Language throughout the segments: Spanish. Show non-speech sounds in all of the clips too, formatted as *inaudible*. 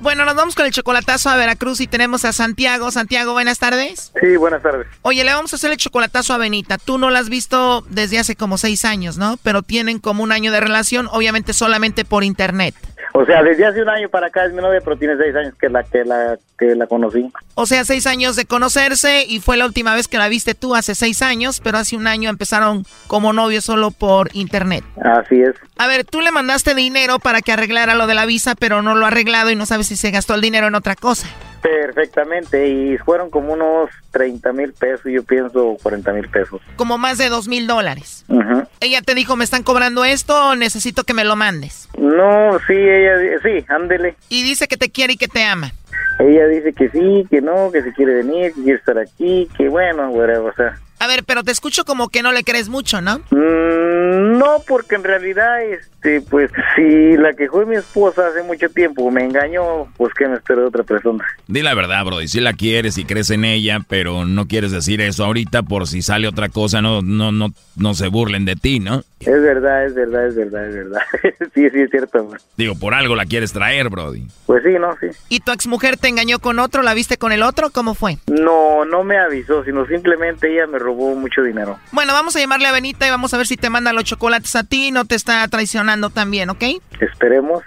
Bueno, nos vamos con el chocolatazo a Veracruz y tenemos a Santiago. Santiago, buenas tardes. Sí, buenas tardes. Oye, le vamos a hacer el chocolatazo a Benita. Tú no la has visto desde hace como seis años, ¿no? Pero tienen como un año de relación, obviamente solamente por internet. O sea, desde hace un año para acá es mi novia, pero tiene seis años que la que la que la conocí. O sea, seis años de conocerse y fue la última vez que la viste tú hace seis años, pero hace un año empezaron como novios solo por internet. Así es. A ver, tú le mandaste dinero para que arreglara lo de la visa, pero no lo ha arreglado y no sabes si se gastó el dinero en otra cosa. Perfectamente. Y fueron como unos 30 mil pesos, yo pienso 40 mil pesos. Como más de dos mil dólares. Ujú. Ella te dijo, me están cobrando esto, necesito que me lo mandes. No, sí, ella, sí, ándele. Y dice que te quiere y que te ama. Ella dice que sí, que no, que se quiere venir, que quiere estar aquí, que bueno, whatever, o sea. A ver, pero te escucho como que no le crees mucho, ¿no? Mm, No, porque en realidad, este, pues, si la que fue mi esposa hace mucho tiempo me engañó, pues que me espero de otra persona. *laughs* Di la verdad, bro. Y si la quieres y crees en ella, pero no quieres decir eso ahorita por si sale otra cosa, no, no, no, no se burlen de ti, ¿no? Es verdad, es verdad, es verdad, es verdad. *laughs* sí, sí, es cierto. amor. Digo, por algo la quieres traer, Brody. Pues sí, no, sí. ¿Y tu exmujer te engañó con otro? ¿La viste con el otro? ¿Cómo fue? No, no me avisó, sino simplemente ella me robó mucho dinero. Bueno, vamos a llamarle a Benita y vamos a ver si te manda los chocolates a ti y no te está traicionando también, ¿ok? Esperemos.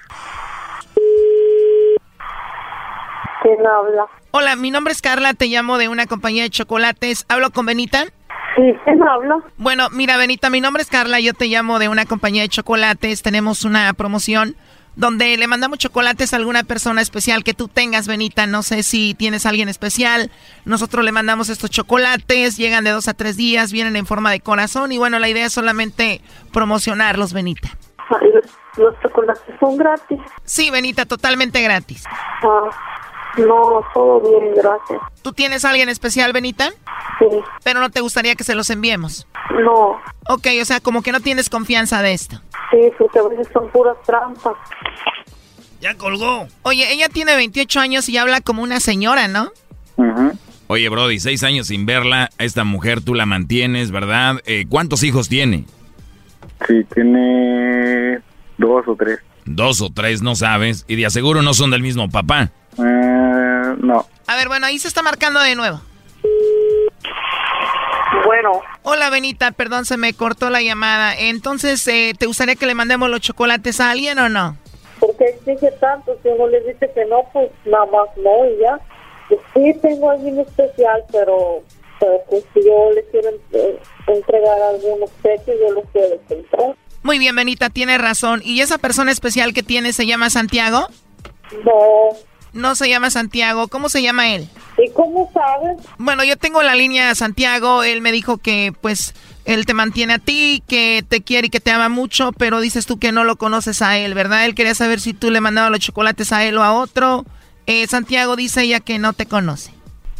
¿Quién habla? Hola, mi nombre es Carla, te llamo de una compañía de chocolates. ¿Hablo con Benita? Sí, ¿quién habla? Bueno, mira, Benita, mi nombre es Carla, yo te llamo de una compañía de chocolates. Tenemos una promoción donde le mandamos chocolates a alguna persona especial que tú tengas, Benita. No sé si tienes a alguien especial. Nosotros le mandamos estos chocolates, llegan de dos a tres días, vienen en forma de corazón. Y bueno, la idea es solamente promocionarlos, Benita. Ay, los, los chocolates son gratis. Sí, Benita, totalmente gratis. Ah, no, todo bien, gracias. ¿Tú tienes a alguien especial, Benita? Sí, Pero no te gustaría que se los enviemos. no, Ok, o sea, como que no tienes confianza de esto. sí, porque a veces son puras trampas. Ya colgó. Oye, ella tiene 28 años y habla como una señora, ¿no? Ujú. Oye, Brody, seis años sin verla, a esta mujer tú la mantienes, ¿verdad? Eh, ¿Cuántos hijos tiene? Sí, tiene dos o tres. Dos o tres, no sabes. Y de aseguro no son del mismo papá. Eh, no. A ver, bueno, ahí se está marcando de nuevo. Bueno, Hola, Benita, perdón, se me cortó la llamada. Entonces, eh, ¿te gustaría que le mandemos los chocolates a alguien o no? ¿por qué exige tanto? Si uno le dice que no, pues nada más no y ya. Pues Sí, tengo alguien especial, pero, pero pues, si yo le quiero entre- entregar algún obsequio, yo lo quiero comprar. Muy bien, Benita, tienes razón. ¿Y esa persona especial que tiene se llama Santiago? No. No se llama Santiago, ¿cómo se llama él? ¿Y cómo sabes? Bueno, yo tengo la línea a Santiago, él me dijo que pues él te mantiene a ti, que te quiere y que te ama mucho, pero dices tú que no lo conoces a él, ¿verdad? Él quería saber si tú le mandabas los chocolates a él o a otro. Eh, Santiago dice ella que no te conoce.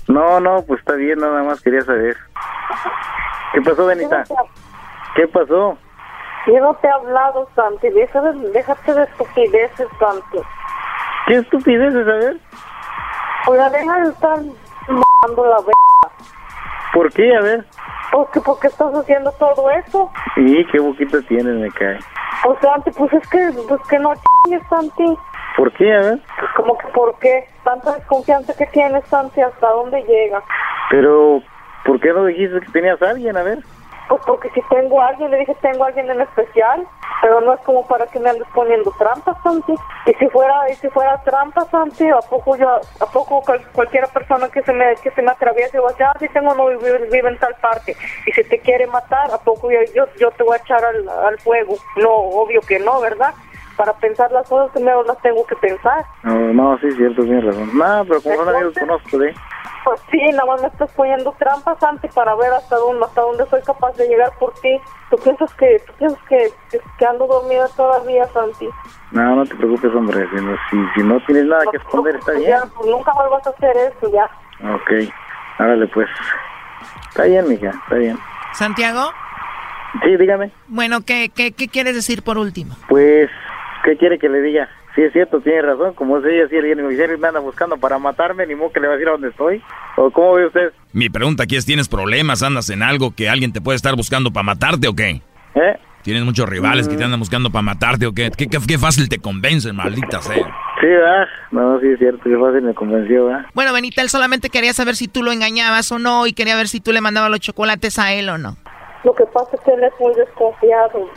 No, no, pues está bien, nada más quería saber. ¿Qué pasó, Yo no Benita? te hab- ¿Qué pasó? yo no te he hablado, Santi. Deja de- déjate de estupideces, Santi. ¿Qué estupidez es, a ver? Oiga, deja de estar m***ando la verga. ¿Por qué? A ver. ¿Por qué, por qué estás haciendo todo eso? Y qué boquita tienes, me cae. O sea, Santi, pues es que, pues que no chingues, Santi. ¿Por qué? A ver. Pues como que por qué. Tanta desconfianza que tienes, Santi, ¿hasta dónde llega? Pero, ¿por qué no dijiste que tenías a alguien? A ver. Pues porque si tengo a alguien, le dije tengo a alguien en especial, pero no es como para que me andes poniendo trampas, Santi. Y si fuera, y si fuera trampa, Santi, ¿a poco yo, a poco cual- cualquiera persona que se me, que se me atraviese, yo voy a decir, ah, si tengo no vive, vive en tal parte, y si te quiere matar, ¿a poco yo, yo, yo te voy a echar al, al fuego? No, obvio que no, ¿verdad? Para pensar las cosas primero las tengo que pensar. No, no, sí, es cierto, tienes razón. No, pero como son amigos, conozco, ¿eh? Pues sí, nada más me estás poniendo trampas, Santi, para ver hasta dónde, hasta dónde soy capaz de llegar por ti. ¿Tú piensas que, tú piensas que, que, que ando dormida todavía, Santi? No, no te preocupes, hombre. Si no, si, si no tienes nada que esconder, está Pues bien. ya, pues nunca vuelvas a hacer eso, ya. Ok, árale pues. Está bien, mija, está bien. Santiago, Sí, dígame. bueno, ¿qué, qué, qué quieres decir por último? Pues, ¿qué quiere que le diga? Sí, es cierto, tiene razón. Como es ella, si alguien me hiciera y me anda buscando para matarme, ni modo que le va a decir a dónde estoy. ¿O cómo ve usted? Mi pregunta aquí es, ¿tienes problemas? ¿Andas en algo que alguien te puede estar buscando para matarte o qué? ¿Eh? ¿Tienes muchos rivales que te andan buscando para matarte o qué? ¿Qué, qué? qué fácil te convencen, maldita sea? Sí, ¿verdad? No, sí, es cierto, que fácil me convenció, ¿verdad? Bueno, Benita, él solamente quería saber si tú lo engañabas o no y quería ver si tú le mandabas los chocolates a él o no. Lo que pasa es que él es muy desconfiado.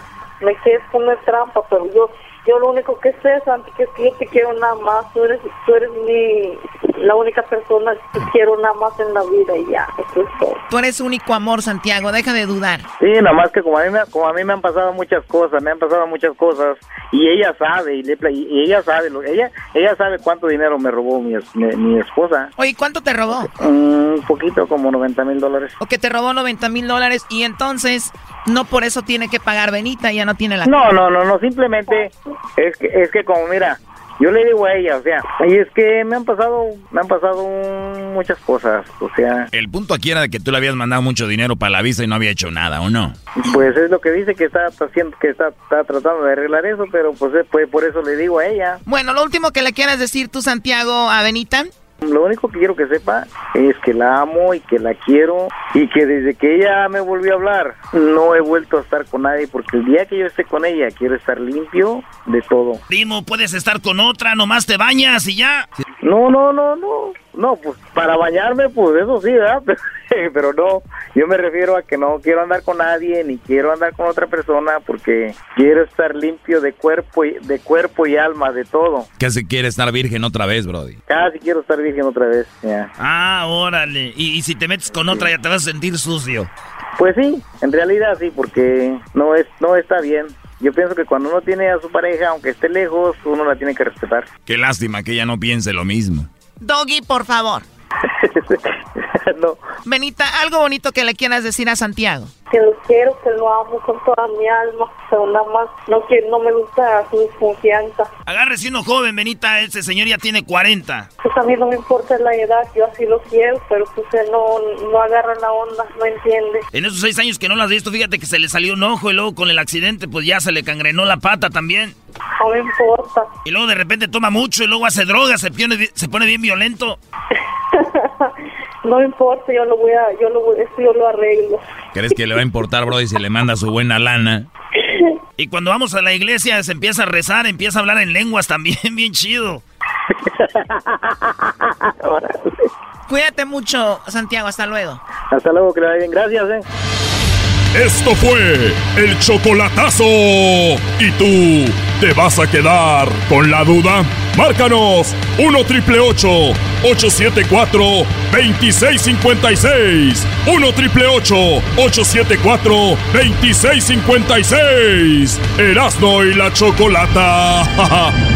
Me quieres poner trampa, pero yo yo lo único que sé, Santi, que es que yo te quiero nada más. Tú eres, tú eres mi, la única persona que quiero nada más en la vida y ya, eso es todo. Tú eres único amor, Santiago, deja de dudar. Sí, nada más que como a, mí me, como a mí me han pasado muchas cosas, me han pasado muchas cosas y ella sabe, y, le pla- y- y ella sabe, lo, ella ella sabe cuánto dinero me robó mi, es- mi, mi esposa. Oye, ¿cuánto te robó? Un poquito, como 90 mil dólares. O que te robó 90 mil dólares y entonces no por eso tiene que pagar Benita, ya no tiene la... No, no, no, no, simplemente es que, es que como mira, yo le digo a ella, o sea, y es que me han pasado, me han pasado un- muchas cosas, o sea, El punto aquí era de que tú le habías mandado mucho dinero para la visa y no había hecho nada, ¿o no? pues es lo que dice que está haciendo, que está, está tratando de arreglar eso, pero pues, eh, pues por eso le digo a ella. Bueno, lo último que le quieras decir tú, Santiago, a Benita. Lo único que quiero que sepa es que la amo y que la quiero y que desde que ella me volvió a hablar no he vuelto a estar con nadie porque el día que yo esté con ella quiero estar limpio de todo. Primo, puedes estar con otra, nomás te bañas y ya. No, no, no, no, no, pues para bañarme pues eso sí, ¿verdad? *laughs* Pero no, yo me refiero a que no quiero andar con nadie ni quiero andar con otra persona porque quiero estar limpio de cuerpo y, de cuerpo y alma, de todo. ¿Qué se quiere estar virgen otra vez, Brody? Casi quiero estar virgen otra vez, ya. Ah, órale. Y, si te metes con otra ya te vas a sentir sucio. Pues sí, en realidad sí, porque no es no está bien. Yo pienso que cuando uno tiene a su pareja, aunque esté lejos, uno la tiene que respetar. *laughs* Qué lástima que ella no piense lo mismo. Doggy, por favor. no, Benita, algo bonito que le quieras decir a Santiago. Que lo quiero, que lo amo con toda mi alma, pero nada más no, quiero, no me gusta su desconfianza. Agárrese uno joven, Benita. Ese señor ya tiene 40. Pues a mí no me importa la edad, yo así lo quiero, pero pues él no, no agarra la onda, no entiende. En esos seis años que no las has visto, fíjate que se le salió un ojo y luego con el accidente pues ya se le cangrenó la pata también. No me importa. Y luego de repente toma mucho y luego hace drogas, se pone, se pone bien violento. no me importa, yo lo voy a, yo lo, voy- esto yo lo arreglo. ¿Crees que le va a importar, Brody, si le manda su buena lana? Y cuando vamos a la iglesia se empieza a rezar, empieza a hablar en lenguas también, bien chido. Cuídate mucho, Santiago, hasta luego. hasta luego, que le vaya bien. Gracias, eh. Esto fue el chocolatazo. ¿Y tú te vas a quedar con la duda? Márcanos 1 triple 874 2656. 1 triple 874 2656. Erasno y la chocolata. *laughs*